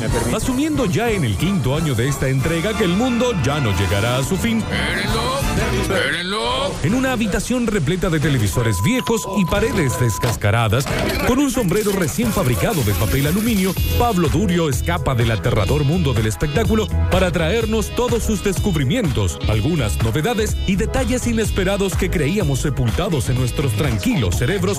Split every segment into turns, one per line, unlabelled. me permite.
Asumiendo ya en el quinto año de esta entrega que el mundo ya no llegará a su fin. En una habitación repleta de televisores viejos y paredes descascaradas, con un sombrero recién fabricado de papel aluminio, Pablo Durio escapa del aterrador mundo del espectáculo para traernos todos sus descubrimientos, algunas novedades y detalles inesperados que creíamos sepultados en nuestros tranquilos cerebros,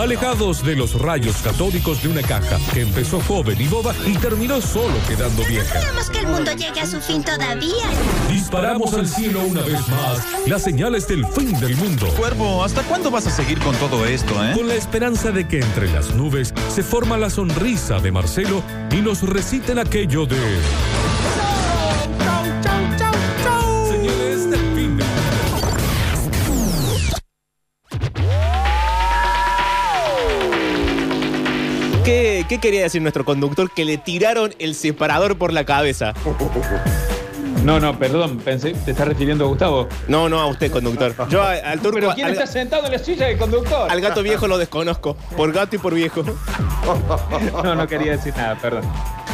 alejados de los rayos catódicos de una caja que empezó joven y boba y terminó solo quedando vieja.
Esperamos que el mundo llegue a su fin todavía.
Disparamos al cielo una vez más las señales del fin del mundo,
Cuervo, ¿hasta cuándo vas a seguir con todo esto, eh?
con la esperanza de que entre las nubes se forma la sonrisa de Marcelo y nos reciten aquello de... Señales del fin del mundo.
¿Qué, ¿Qué quería decir nuestro conductor? Que le tiraron el separador por la cabeza.
No, no, perdón, pensé, te estás refiriendo a Gustavo.
No, no, a usted, conductor. Yo a- al turco,
Pero ¿quién
al,
está sentado en la silla del conductor?
al gato viejo lo desconozco. Por gato y por viejo.
No, no quería decir nada, perdón.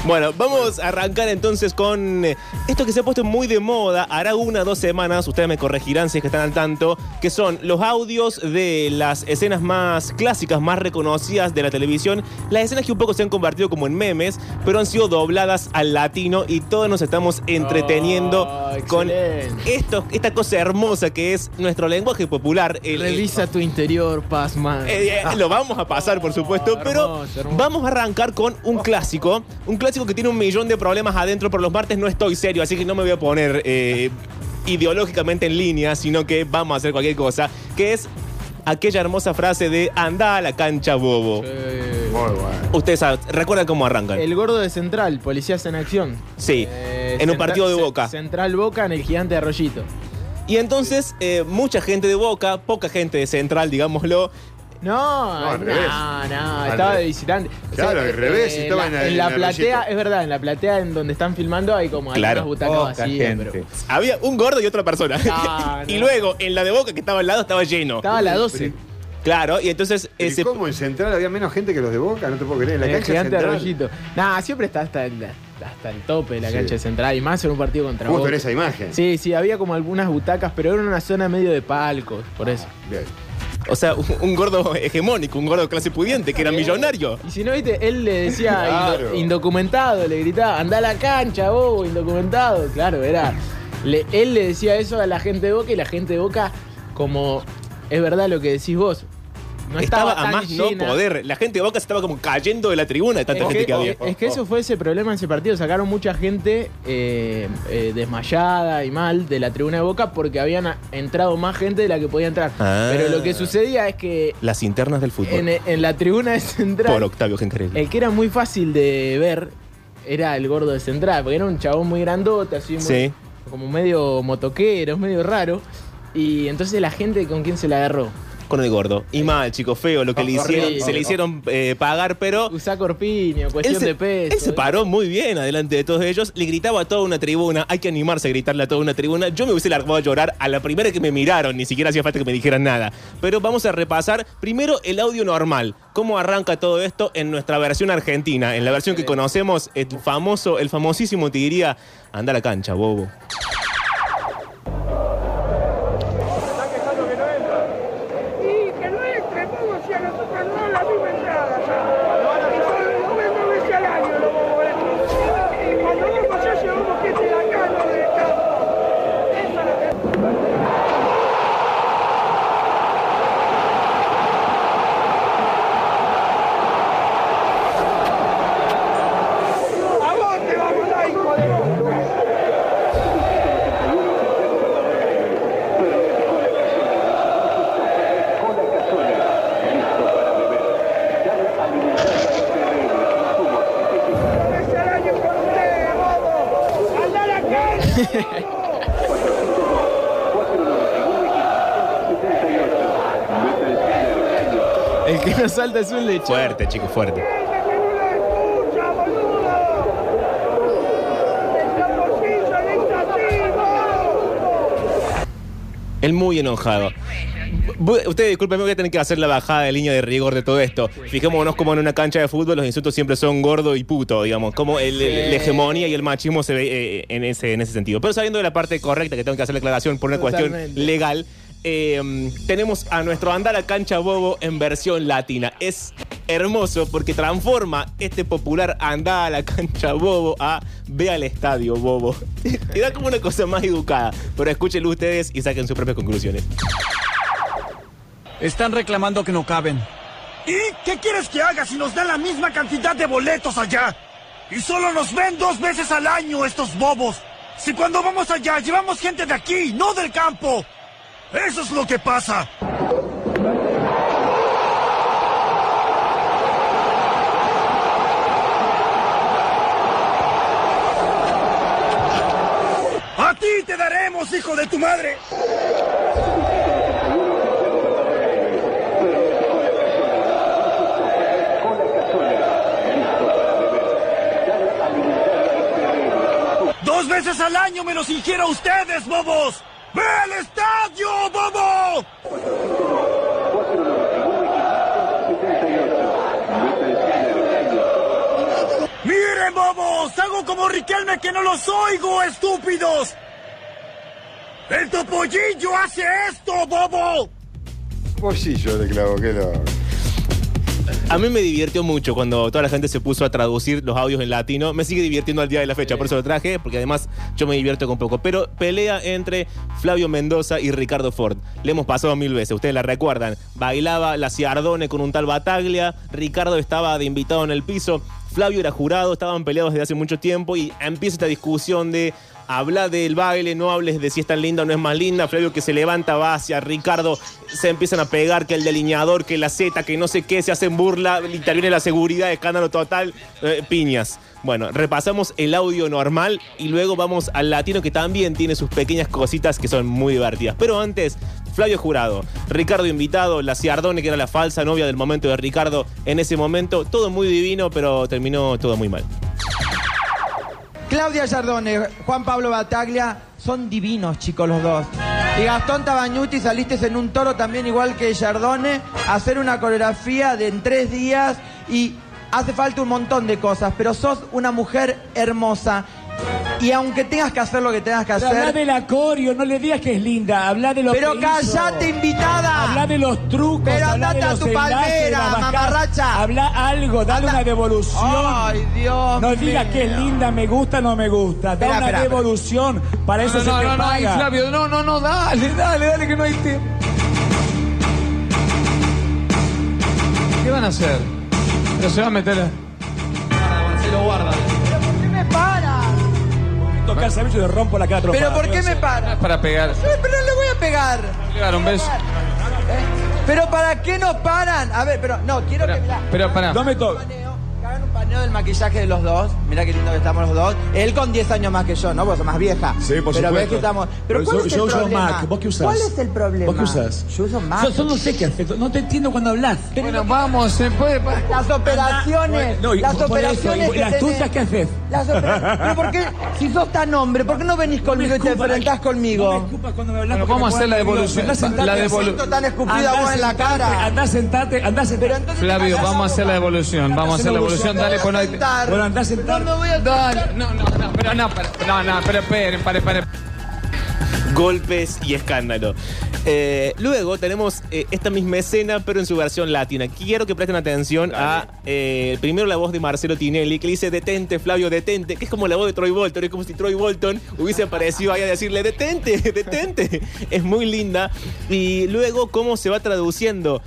Bueno, vamos a arrancar entonces con eh, esto que se ha puesto muy de moda. Hará una o dos semanas, ustedes me corregirán si es que están al tanto, que son los audios de las escenas más clásicas, más reconocidas de la televisión. Las escenas que un poco se han convertido como en memes, pero han sido dobladas al latino y todos nos estamos entreteniendo
Ah,
con
excelente.
esto, esta cosa hermosa que es nuestro lenguaje popular. el- el-
Revisa tu interior, Pazman.
eh, eh, lo vamos a pasar, por supuesto,
Ah. Oh,
pero
hermoso, hermoso. Oh.
vamos a arrancar con un clásico. Un clásico que tiene un millón de problemas adentro, pero los martes no estoy serio, así que no me voy a poner eh, ideológicamente en línea, sino que vamos a hacer cualquier cosa, que es aquella hermosa frase de anda a la cancha bobo.
Eh,
Ustedes saben, recuerdan cómo arrancan.
el gordo de Central, policías en acción.
sí,
Eh,
en un
Central-
partido de
Ce-
boca.
Central Boca en el gigante de Arroyito.
Y entonces, eh, mucha gente de boca, poca gente de central, digámoslo.
No,
No,
no,
al revés.
no,
Al
estaba de
revés.
visitante.
Claro, al revés,
eh, en
estaba
la-
en
en,
la- en
la
la
platea,
Arroyito.
es verdad, en la platea en donde están filmando hay como
Claro.
algunas butacas
Poca
vacías,
gente.
pero-
Había un gordo y otra persona.
No,
y
no.
luego, en la de boca que estaba al lado, estaba lleno.
Estaba a la 12.
Claro, y entonces
¿Y
ese
¿Cómo en Central había menos gente que los de Boca? No te puedo creer. En la
en el
cancha
Eh, gigante de
Central.
Arroyito. Nah, siempre está hasta el, hasta el tope de la
Sí.
cancha de Central y más en un partido contra
¿Cómo
Boca.
esa imagen?
Sí, sí, había como algunas butacas, pero era una zona medio de palcos, por eso.
Bien.
O sea, un, un gordo hegemónico, un gordo de clase pudiente, que era millonario.
Y si no, viste, él le decía
Claro.
indo- indocumentado, le gritaba, anda a la cancha, bobo, indocumentado. Claro, era. le- él le decía eso a la gente de Boca y la gente de Boca, como es verdad lo que decís vos. No
estaba,
estaba,
a
tan
más
llena.
no poder. La gente de Boca se estaba como cayendo de la tribuna de tanta
Es
gente
que,
que había.
es que eso fue ese problema en ese partido. Sacaron mucha gente eh, eh, desmayada y mal de la tribuna de Boca porque habían a- entrado más gente de la que podía entrar.
Ah.
Pero lo que sucedía es que
Las internas del
en,
fútbol.
en la tribuna de
Por
Central,
Octavio Gencarelli.
el que era muy fácil de ver era el gordo de Central, porque era un chabón muy grandote, así muy-
Sí.
como medio motoquero, medio raro. Y entonces la gente con quién se la agarró.
Con el gordo. Y mal, chico, feo, lo que le hicieron.
Ah, horrible.
se le hicieron eh, pagar, pero.
Usá Corpiño,
Él
cuestión
se,
de peso. ¿eh?
él se paró muy bien adelante de todos ellos, le gritaba a toda una tribuna, hay que animarse a gritarle a toda una tribuna. Yo me hubiese largado a llorar a la primera que me miraron, ni siquiera hacía falta que me dijeran nada. Pero vamos a repasar primero el audio normal, cómo arranca todo esto en nuestra versión argentina, en la versión que conocemos, el famoso, el famosísimo te diría, anda a la cancha, bobo.
Y que no entre, bobo, si a nosotros no dan la misma entrada ya. Y solo lo vemos veces al año, lo bobo esto. Y cuando vamos allá llevamos gente de acá, no de campo. Esa es la que... ¿A vos te vamos a dar, hijo de puta? Tres al año por ustedes, bobo. Andá a la calle, bobo.
El que no salta es un lechón.
Fuerte, chico, fuerte.
Gente que no la escucha, boludo. El capotillo dictativo.
Él muy enojado. Bu- Usted, discúlpeme, voy a tener que hacer la bajada de línea de rigor de todo esto. Fijémonos como en una cancha de fútbol los insultos siempre son gordo y puto, digamos. Como el- el- la hegemonía y el machismo se ve eh, en, ese, en ese sentido. Pero sabiendo de la parte correcta, que tengo que hacer la aclaración por una
Totalmente.
cuestión legal, eh, tenemos a nuestro andar a cancha bobo en versión latina. Es hermoso porque transforma este popular andar a la cancha bobo a ve al estadio bobo. Y da como una cosa más educada. Pero escúchenlo ustedes y saquen sus propias conclusiones.
Están reclamando que no caben.
¿Y qué quieres que haga si nos dan la misma cantidad de boletos allá? Y solo nos ven dos veces al año estos bobos. Si cuando vamos allá llevamos gente de aquí, no del campo. Eso es lo que pasa. A ti te daremos, hijo de tu madre. Dos veces al año me los ingiero a ustedes, bobos. ¡Ve al estadio, bobo! ¡Miren, bobos! ¡Hago como Riquelme que no los oigo, estúpidos! ¡El topollillo hace esto, bobo!
Pollillo le clavo, qué loco.
A mí me divirtió mucho cuando toda la gente se puso a traducir los audios en latino. Me sigue divirtiendo al día de la fecha, por eso lo traje, porque además yo me divierto con poco. Pero pelea entre Flavio Mendoza y Ricardo Ford. Le hemos pasado mil veces, ustedes la recuerdan. Bailaba la Ciardone con un tal Bataglia, Ricardo estaba de invitado en el piso, Flavio era jurado, estaban peleados desde hace mucho tiempo y empieza esta discusión de Habla del baile, no hables de si es tan linda o no es más linda. Flavio que se levanta, va hacia Ricardo, se empiezan a pegar, que el delineador, que la Z, que no sé qué, se hacen burla, interviene la seguridad, escándalo total, eh, piñas. Bueno, repasamos el audio normal y luego vamos al latino que también tiene sus pequeñas cositas que son muy divertidas. Pero antes, Flavio Jurado, Ricardo invitado, la Ciardone que era la falsa novia del momento de Ricardo en ese momento, todo muy divino, pero terminó todo muy mal.
Claudia Yardone, Juan Pablo Bataglia, son divinos chicos los dos. Y Gastón Tabañuti saliste en un toro también igual que Yardone, a hacer una coreografía de en tres días y hace falta un montón de cosas, pero sos una mujer hermosa. Y aunque tengas que hacer lo que tengas que
Habla
hacer,
del acorio, no le digas que es linda, habla de los
pero callate invitada.
Habla de los trucos,
Pero
habla de
andate a
los
tu
enlaces,
palmera,
babacá.
mamarracha.
Habla algo, dale
Anda- Ah,
una devolución.
Ay, Dios
no digas
mío.
que es linda, me gusta, no me gusta. Da
Espera,
una
espera, espera.
devolución. Para eso
No,
se
no,
te
no, no, ahí,
paga.
Flavio, no, no, no, dale, dale, dale, que no hay tiempo.
¿Qué van a hacer? Pero se va a meter.
Pero ¿por qué me para?
Toca el servicio y le rompo la cara
¿Pero
trompada,
por qué
Dios
eh.
me
sea.
para?
Para pegar.
Pero pero no le voy a pegar.
Pegar un beso.
¿eh? ¿Pero para qué nos paran? A ver, pero no, quiero que... mirá,
Pero para.
No me toques.
paneo, que hagan un paneo del maquillaje de los dos. Mira qué lindo que estamos los dos. Él con 10 años más que yo, ¿no? Vos sos más vieja.
Sí, por
Pero ves
supuesto.
que estamos... Pero ¿cuál
Yo-
es
yo
el
uso
problema?
Mac, ¿vos qué usás?
¿Cuál es el problema?
¿Vos qué usás?
Yo uso Mac.
Yo, yo no sé qué hacer, no te entiendo cuando hablas.
Bueno, vamos, se puede. pa-
Las operaciones,
No, y
las
por eso,
operaciones
y
que
las
tenés.
tuyas, ¿qué haces?
Las operaciones. Pero ¿por qué? Si sos tan hombre, ¿por qué no venís conmigo y te
escupas, no
enfrentás
me
conmigo?
escupas cuando me hablas.
Bueno,
porque
vamos a
me
hacer la
pongo
devolución.
nervioso. Andá,
La
sentate,
devolu-
siento tan escupida
andá,
vos en la
sentate,
cara.
Andá, sentate, andá, sentate.
Pero entonces-
Flavio, vamos a hacer la devolución. Vamos a hacer la devolución. Dale, pues no hay.
sentar.
Bueno, andá, sentate.
No me voy a
Dale. No, no, no, pero no, para- no, no, pero esperen, pare, pare.
golpes y escándalo. Eh, luego tenemos eh, esta misma escena, pero en su versión latina. Quiero que presten atención a eh, primero la voz de Marcelo Tinelli, que le dice detente, Flavio, detente, que es como la voz de Troy Bolton, es como si Troy Bolton hubiese aparecido ahí a decirle detente, detente. Es muy linda. Y luego cómo se va traduciendo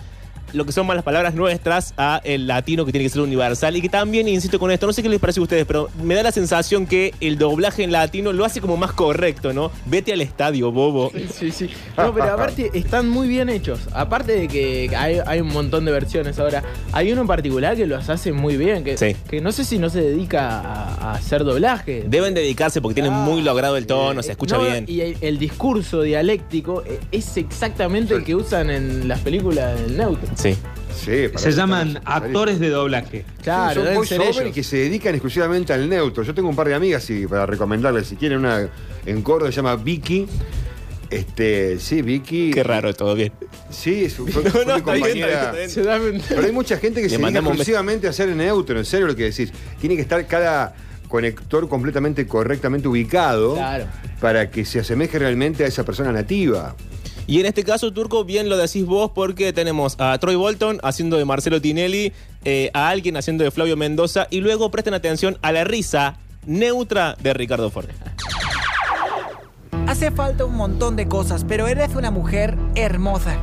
lo que son malas palabras nuestras a el latino que tiene que ser universal y que también insisto con esto no sé qué les parece a ustedes pero me da la sensación que el doblaje en latino lo hace como más correcto no vete al estadio bobo
Sí, sí. No, pero aparte están muy bien hechos. Aparte de que hay, hay un montón de versiones ahora. Hay uno en particular que los hace muy bien. Que,
Sí.
que no sé si no se dedica a, a hacer doblaje.
deben dedicarse porque tienen
Ah,
muy logrado el tono
eh,
se escucha
no,
bien
Y el, el discurso dialéctico eh, es exactamente el que usan en las películas del neutro.
sí
Sí, para
Se
eso
llaman
estamos en serio.
actores de doblaje.
Sí,
Claro,
son
deben ser
voiceover
ellos.
que se dedican exclusivamente al neutro. Yo tengo un par de amigas y para recomendarles, si quieren una en Córdoba, se llama Vicky. Este, sí, Vicky. Qué
raro, todo bien.
Sí, es fue- fue
No, no,
mi
está bien,
compañera.
está bien,
Se da cuenta.
Pero hay mucha gente que
Le
se dedica
mandamos un beso.
exclusivamente a ser neutro, en serio lo que decís. Tiene que estar cada conector completamente correctamente ubicado
Claro.
para que se asemeje realmente a esa persona nativa.
Y en este caso, Turco, bien lo decís vos porque tenemos a Troy Bolton haciendo de Marcelo Tinelli, eh, a alguien haciendo de Flavio Mendoza y luego presten atención a la risa neutra de Ricardo Ford.
Hace falta un montón de cosas, pero eres una mujer hermosa.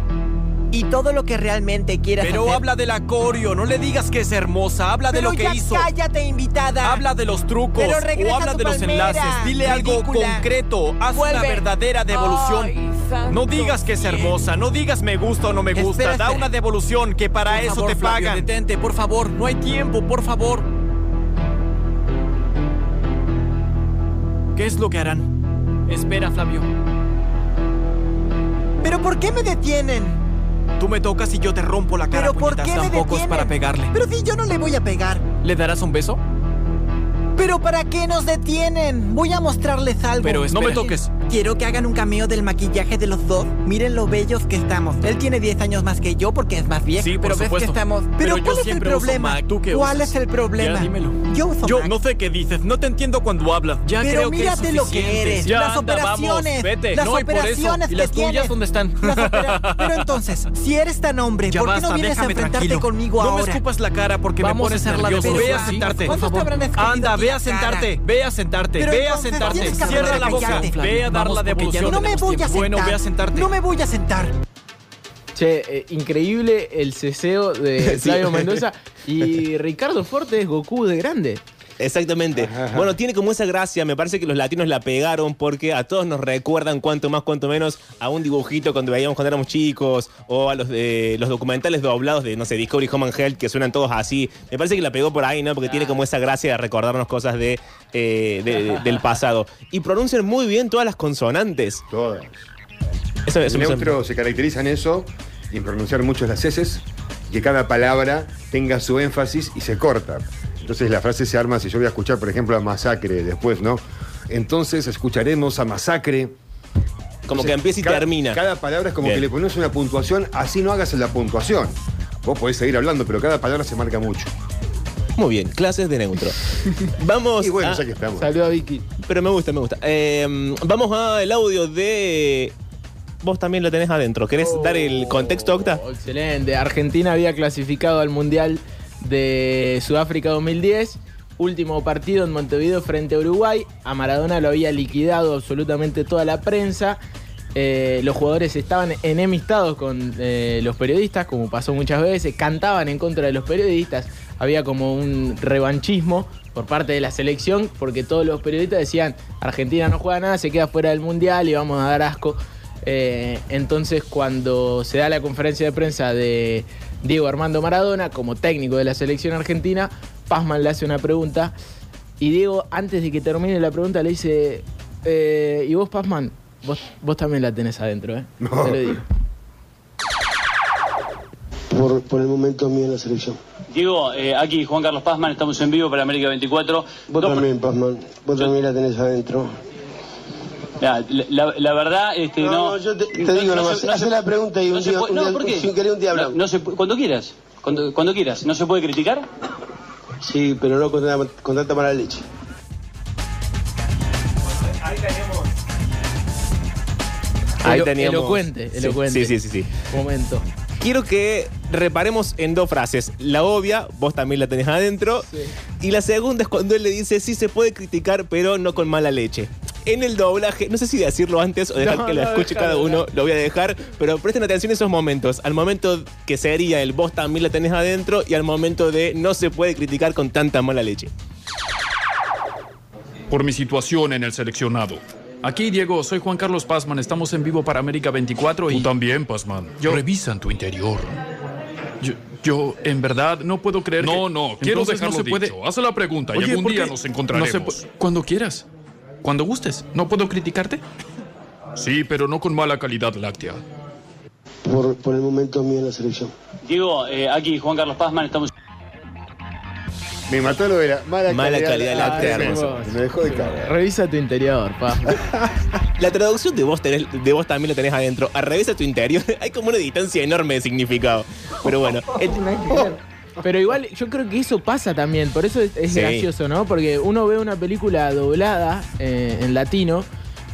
Y todo lo que realmente quieras
Pero
hacer-
habla del acorio, no le digas que es hermosa, habla de
Pero
lo que
ya
hizo.
cállate, invitada.
Habla de los trucos
Pero
o
regresa
habla
a tu
de los
palmera,
enlaces. Dile algo
ridícula.
concreto, haz una
Vuelve.
verdadera devolución.
Ay,
no digas que es hermosa, no digas me gusta o no me gusta,
Espera,
da
espera.
una devolución que para
Por
eso
favor,
te
Flavio,
pagan. detente, por favor, no hay tiempo, por favor. ¿Qué es lo que harán? Espera, Flavio.
¿Pero por qué me detienen?
Tú me tocas y yo te rompo la cara.
¿Pero por
puñetas.
qué me
Tampoco es
detienen?
para pegarle.
Pero si yo no le voy a pegar.
¿Le darás un beso?
¿Pero para qué nos detienen? Voy a mostrarles algo.
Pero espera. No me toques.
Quiero que hagan un cameo del maquillaje de los dos. Miren lo bellos que estamos. Él tiene 10 años más que yo porque es más viejo.
Sí, por
pero ves
supuesto.
que estamos.
Pero
Pero,
yo
¿cuál es el
siempre uso
problema?
Mac. ¿Tú qué
¿Cuál
usas?
es el problema?
Ya, dímelo.
Yo uso
Yo
Mac.
no sé qué dices, no te entiendo cuando hablas. Ya
Pero
creo que es
mírate lo que
suficiente.
eres,
Ya,
las
anda, vamos,
operaciones,
vete.
las
no, y por eso.
operaciones
¿Y las
que
tuyas
tienes?
dónde están?
Las opera- Pero entonces, si eres tan hombre,
Ya
¿por qué
basta,
no vienes a
déjame
enfrentarte
tranquilo.
conmigo
No me
ahora?
escupas la cara porque me
Vamos a
pones
hacer la
nervioso. Ve
defensa.
a sentarte.
¿Cuántos te habrán escondido
Anda, ve
aquí
a
la
sentarte.
cara?
Ve a sentarte.
Pero
Ve a
entonces
sentarte.
tienes que
Cierra
aprender
la
a
boca.
callarte.
Ve a dar
Vamos,
la
porque ya
devolución.
no me
tenemos
voy a
tiempo.
sentar.
Bueno, ve a sentarte.
No me voy a sentar.
Che, eh, increíble el ceseo de
Sí.
Flavio Mendoza. Y Ricardo Forte es Goku de grande.
Exactamente. Bueno, tiene como esa gracia, me parece que los latinos la pegaron porque a todos nos recuerdan cuanto más, cuanto menos a un dibujito cuando veíamos cuando éramos chicos o a los de los documentales doblados de, no sé, Discovery Home and Health que suenan todos así. Me parece que la pegó por ahí, ¿no? Porque tiene como esa gracia de recordarnos cosas de, eh, de- de- del pasado. Y pronuncian muy bien todas las consonantes.
Todas.
Eso es
el
un
neutro se caracteriza en eso, y en pronunciar muchos las heces, que cada palabra tenga su énfasis y se corta. Entonces la frase se arma, si yo voy a escuchar, por ejemplo, a masacre después, ¿no? Entonces escucharemos a masacre.
Como que empieza y
cada-
termina.
Cada palabra es como
Bien.
que le pones una puntuación, así no hagas la puntuación. Vos podés seguir hablando, pero cada palabra se marca mucho.
Muy bien, clases de neutro. Vamos.
Y bueno,
a-
ya que estamos.
Saludos a Vicky.
Pero me gusta, me gusta. Eh, vamos al audio de. Vos también lo tenés adentro. ¿Querés dar el contexto, Octa?
Oh, Excelente. Argentina había clasificado al Mundial de Sudáfrica 2010. Último partido en Montevideo frente a Uruguay. A Maradona lo había liquidado absolutamente toda la prensa. Eh, los jugadores estaban enemistados con eh, los periodistas, como pasó muchas veces. Cantaban en contra de los periodistas. Había como un revanchismo por parte de la selección, porque todos los periodistas decían, Argentina no juega nada, se queda fuera del Mundial y vamos a dar asco. Eh, entonces, cuando se da la conferencia de prensa de Diego Armando Maradona como técnico de la selección argentina, Pazman le hace una pregunta y Diego, antes de que termine la pregunta, le dice: eh, ¿Y vos, Pazman? Vos, vos también la tenés adentro, ¿eh? Te lo digo.
por, por el momento mío en la selección.
Diego, eh, aquí Juan Carlos Pazman, estamos en vivo para América 24.
Vos
Dos-
también, Pazman. Vos también la tenés adentro.
Mirá, la, la- la verdad, este, no.
No, yo te, te digo nomás.
se- no se-
Hacé la pregunta y
no
un
se
día,
puede-
un
no,
día-
¿por qué?
sin querer un día
No-
hablamos.
No, se puede- cuando quieras. Cuando, cuando quieras. ¿No se puede criticar?
Sí, pero no con, tanta- con tanta mala leche.
Ahí
Elo-
teníamos.
Elocuente,
Sí,
elocuente.
sí, sí, sí, sí.
Momento.
Quiero que reparemos en dos frases. La obvia, vos también la tenés adentro. Y la segunda es cuando él le dice, sí se puede criticar, pero no con mala leche. En el doblaje, no sé si decirlo antes o dejar
No,
que lo
no,
escuche
déjalo,
cada uno, lo voy a dejar, pero presten atención a esos momentos. Al momento que sería el vos también la tenés adentro y al momento de no se puede criticar con tanta mala leche.
por mi situación en el seleccionado. Aquí, Diego, soy Juan Carlos Pazman. Estamos en vivo para América 24 y. Tú también, Pazman. Yo... Revisan tu interior. Yo, yo, en verdad, no puedo creer
No,
que.
no, quiero
Entonces,
dejarlo
no se puede...
dicho. Haz la pregunta y
Oye,
algún
¿por
día
qué
nos
no se
encontraremos.
pu- cuando quieras. Cuando gustes. ¿No puedo criticarte?
Sí, pero no con mala calidad láctea.
Por, por el momento mío en la selección.
Diego, eh, aquí Juan Carlos Pazman, estamos.
Me mató lo de la mala,
Mala calidad
la
láctea, hermoso.
Me dejó de cagar.
Revisa tu interior, pa. La traducción de vos, tenés- de vos también la tenés adentro. A revisa tu interior. Hay como una distancia enorme de significado. Pero bueno. eh, oh, Et-
Pero igual yo creo que eso pasa también, por eso es, es
Sí.
gracioso, ¿no? Porque uno ve una película doblada eh, en latino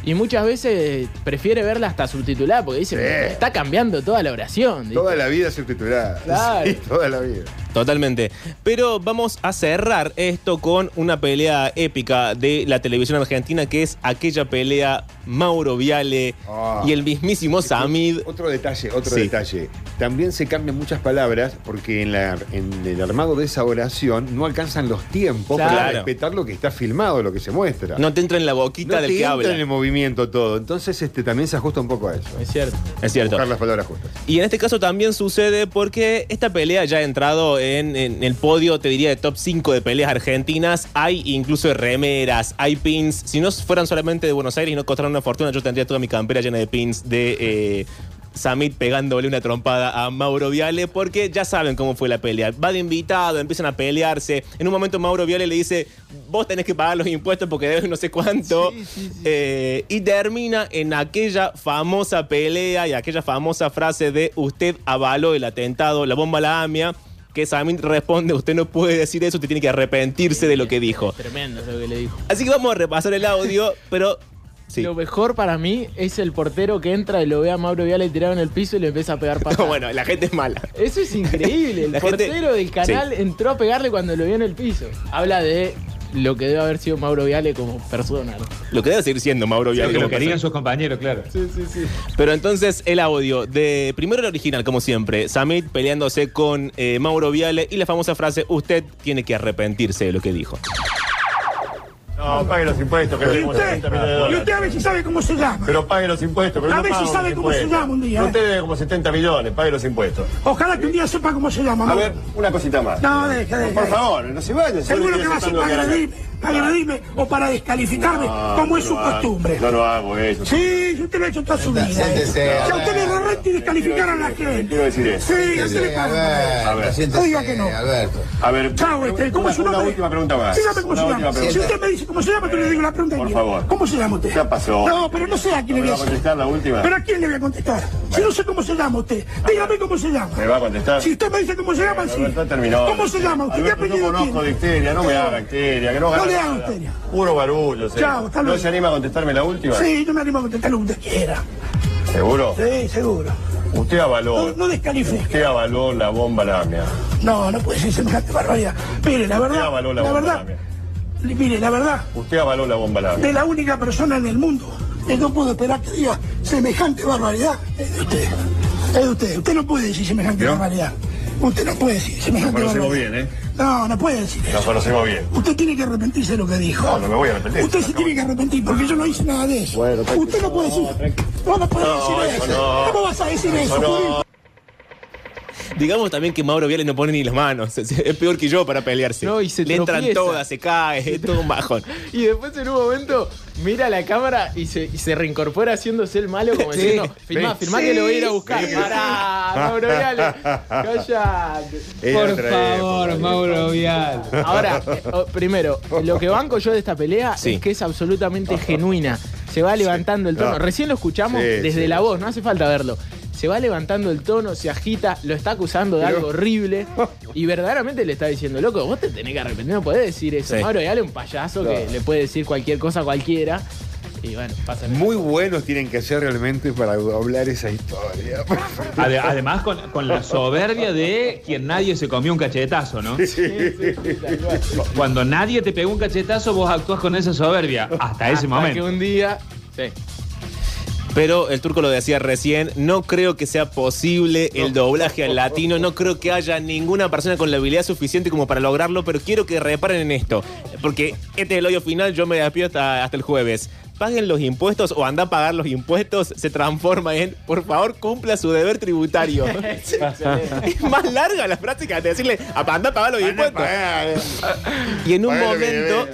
y muchas veces prefiere verla hasta subtitulada porque dice,
Sí.
está cambiando toda la oración. ¿viste?
Toda la vida subtitulada.
Claro.
Sí, toda la vida.
Totalmente. Pero vamos a cerrar esto con una pelea épica de la televisión argentina, que es aquella pelea Mauro Viale
Ah.
y el mismísimo Samid.
Otro detalle, otro
Sí.
detalle. También se cambian muchas palabras porque en, la- en el armado de esa oración no alcanzan los tiempos para
Claro.
respetar lo que está filmado, lo que se muestra.
No te entra en la
No
boquita del
te
que
entra
habla.
en el movimiento todo. Entonces este, también se ajusta un poco a eso.
Es cierto.
Es cierto.
Buscar las palabras justas.
Y en este caso también sucede porque esta pelea ya ha entrado en, en el podio, te diría, de top 5 de peleas argentinas. Hay incluso remeras, hay pins. Si no fueran solamente de Buenos Aires y no costaran una fortuna, yo tendría toda mi campera llena de pins de eh, Samit pegándole una trompada a Mauro Viale, porque ya saben cómo fue la pelea. Va de invitado, empiezan a pelearse. En un momento Mauro Viale le dice, vos tenés que pagar los impuestos porque debes no sé cuánto. Eh, y termina en aquella famosa pelea y aquella famosa frase de usted avaló el atentado, la bomba a la AMIA, que Samit responde, usted no puede decir eso, usted tiene que arrepentirse de lo que dijo.
Tremendo es lo que le dijo.
Así que vamos a repasar el audio, pero... Sí.
Lo mejor para mí es el portero que entra y lo ve a Mauro Viale tirado en el piso y le empieza a pegar patadas.
bueno, la gente es mala.
Eso es increíble. El
La gente-
portero del canal
Sí.
entró a pegarle cuando lo vio en el piso. Habla de lo que debe haber sido Mauro Viale como persona. ¿no?
Lo que debe seguir siendo Mauro Viale.
que lo
como
querían
persona.
sus compañeros, claro.
Sí, sí, sí.
Pero entonces el audio de primero el original, como siempre, Samit peleándose con eh, Mauro Viale y la famosa frase, usted tiene que arrepentirse de lo que dijo.
No, pague los impuestos, que
¿Y
tenemos
usted?
70 millones de
¿Y
dólares.
usted a ver si sabe cómo se llama?
Pero pague los impuestos, pero
A
no
ver si
pago
sabe
los
cómo se
impuestos.
llama un día, eh.
Usted debe como 70 millones, pague los impuestos.
Ojalá que un día sepa cómo se llama.
A
Mauro.
ver, una cosita más.
No, deje, deje.
Por favor, no se vayan.
Seguro que va a ser para agredirme, para agredirme o para descalificarme, como es su costumbre.
No lo hago eso.
Sí, yo te lo he hecho toda su vida.
siéntese,
Si a
a
usted le da y descalificar a la
Le
gente.
quiero decir eso.
Sí, yo te le pago.
A ver,
Diga que no.
A ver,
Chao, este, ¿cómo
una,
es su nombre?
Una última pregunta más.
Dígame cómo
Una
se
última
llama. Si
pregunta.
usted me dice cómo se llama, yo le digo la pregunta
Por
mía.
favor.
¿Cómo se llama usted?
Ya pasó.
No, pero no sé a quién
¿No me
le voy a
va a
decir.
contestar la última?
¿Pero a quién le voy a contestar? Si no sé cómo se llama usted, dígame cómo se llama.
¿Me va a contestar?
Si usted me dice cómo se llama, sí.
Alberto terminó.
¿Cómo se llama? ¿Usted qué
Alberto,
apellido
Yo conozco
tiene?
difteria, no me haga difteria, que no
No
gana
le haga
nada.
difteria.
Puro barullo, ¿sí?
Chao, hasta
¿No
luego.
se anima a contestarme la última?
Sí, yo me animo a contestar lo que usted quiera.
¿Seguro?
Sí, seguro.
Usted avaló.
No, no descalifique.
Usted avaló la bomba lamia.
No, no puede ser semejante barbaridad. Mire, la
Usted
verdad,
avaló la
la
bomba
verdad,
lamia.
li- mire, la verdad,
Usted avaló la bomba lamia.
de la única persona en el mundo que no puedo esperar que diga semejante barbaridad es de usted. Es de usted. Usted no puede decir semejante
¿Yo?
barbaridad. Usted no puede decir semejante
Nos conocemos
barbaridad.
bien, ¿eh?
No, no puede decir
Nos
eso.
conocemos bien.
Usted tiene que arrepentirse de lo que dijo.
No, no me voy a arrepentir.
Usted se tiene que arrepentir porque yo no hice nada de eso. Usted no puede decir. Vos no puede decir eso.
no.
¿Cómo vas a decir eso? Jurín?
Digamos también que Mauro Viale no pone ni las manos. Es es peor que yo para pelearse.
No, y se
Le entran
tropieza.
todas, se cae, es todo un bajón.
Y después en un momento mira la cámara y se, y se reincorpora haciéndose el malo como
Sí.
diciendo, filmá,
Sí.
filmá que lo voy a ir a buscar.
Sí.
Pará, Mauro Viale. Cállate.
Era
Por
otra
favor,
época, ¿eh?
Mauro Viale. Ahora, eh, oh, primero, lo que banco yo de esta pelea
Sí.
es que es absolutamente genuina. Se va levantando el tono.
No.
Recién lo escuchamos
Sí,
desde
sí.
la voz, no hace falta verlo. Se va levantando el tono, se agita, lo está acusando de
Pero-
algo horrible y verdaderamente le está diciendo, loco, vos te tenés que arrepentir, no podés decir eso.
Sí.
Mauro Viale es un payaso que
Claro.
le puede decir cualquier cosa a cualquiera. Y bueno, pasa nada.
Muy buenos tienen que ser realmente para doblar esa historia.
Ade- además, con, con la soberbia de quien nadie se comió un cachetazo, ¿no? Cuando nadie te pegó un cachetazo, vos actúas con esa soberbia. Hasta ese
Hasta que
momento.
un día... Sí.
Pero el turco lo decía recién, no creo que sea posible el doblaje al latino, no creo que haya ninguna persona con la habilidad suficiente como para lograrlo, pero quiero que reparen en esto, porque este es el hoyo final, yo me despido hasta, hasta el jueves. Paguen los impuestos o anda a pagar los impuestos, se transforma en, por favor, cumpla su deber tributario. es más larga la frase que decirle, anda a pagar los
é
impuestos. Y en un
Pagar lo que
momento,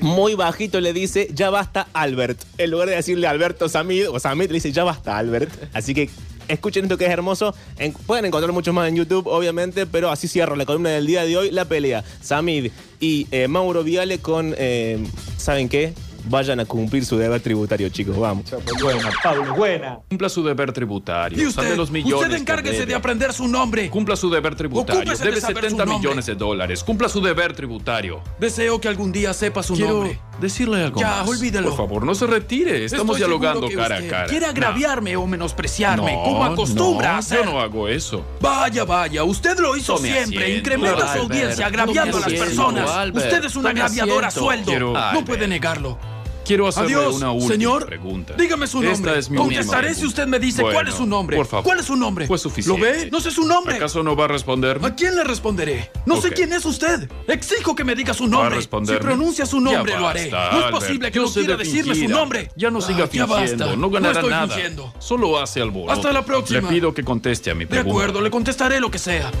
muy bajito le dice, ya basta Albert. En lugar de decirle Alberto Samid o Samid, le dice, ya basta Albert. Así que Escuchen esto que es hermoso. En- pueden encontrar muchos más en YouTube, obviamente, pero así cierro la columna del día de hoy. La pelea. Samid y eh, Mauro Viale con. eh, ¿Saben qué? Vayan a cumplir su deber tributario, chicos. Vamos.
Buena, Pablo, buena. Cumpla su deber tributario.
Y
Sal de
usted,
los millones
usted encárguese
que
de
debe.
aprender su nombre.
Cumpla su deber tributario.
Ocúpese de
Debe
saber su
70
nombre.
millones de dólares. Cumpla su deber tributario.
Deseo que algún día sepa su
Quiero
nombre.
decirle algo
Ya,
más.
olvídelo.
Por favor, no se retire. Estamos
Estoy
dialogando
seguro que
cara a
usted
cara.
Quiere agraviarme o
No,
menospreciarme, como acostumbra
no,
a hacer.
Yo no hago eso.
Vaya, vaya, usted lo hizo
Tome
siempre.
asiento,
Incrementa su
Albert.
audiencia agraviando
Tome
a las
asiento,
personas.
Albert.
usted es una
Tome
agraviadora a
asiento.
sueldo.
Quiero-
no
Albert.
puede negarlo.
Quiero hacerle
Adiós,
una última
señor.
pregunta.
Dígame su nombre.
Esta es mi última
Contestaré
pregunta.
si usted me dice cuál
Bueno,
es su nombre.
Por favor.
¿Cuál es su nombre?
Fue suficiente.
¿Lo ve? No sé su nombre.
¿Acaso no va a responderme?
¿A quién le responderé? No sé
Ok.
quién es usted. Exijo que me diga su
¿Va a
nombre. Si
responderme?
pronuncia su nombre,
Ya
lo haré.
basta,
no es
Albert.
posible que
Yo
no
sé de
quiera decirme su
fingir,
nombre.
Ya no siga
Ah, ya
fingiendo.
basta.
No ganará
estoy
nada.
fingiendo.
Solo hace alboroto.
Hasta la próxima.
Le pido que conteste a mi
De
pregunta.
acuerdo, le contestaré lo que sea.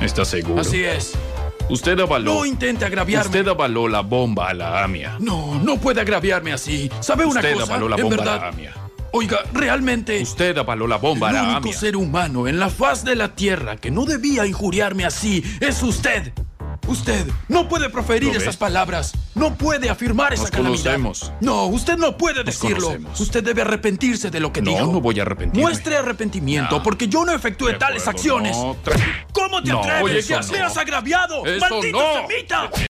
¿Está seguro?
Así es.
Usted avaló.
No intente agraviarme.
Usted avaló la bomba a la AMIA.
No, no puede agraviarme así. ¿Sabe una
Usted
cosa?
avaló la
en
bomba
verdad,
a la AMIA.
oiga, realmente
Usted avaló la bomba a
el
la
único
AMIA.
ser humano en la faz de la Tierra que no debía injuriarme así es usted. Usted no puede proferir
¿Lo ves?
esas palabras. No puede afirmar
Nos
esa calamidad.
conocemos.
No, usted no puede decirlo.
conocemos.
Usted debe arrepentirse de lo que
No,
dijo.
no voy a arrepentirme.
Muestre arrepentimiento
No.
porque yo no efectué
De
tales
acuerdo,
acciones.
no, tranqui-
¿Cómo te
No,
atreves?
oye, eso
¡Me has
no.
agraviado!
Eso
¡Maldito
no.
semita!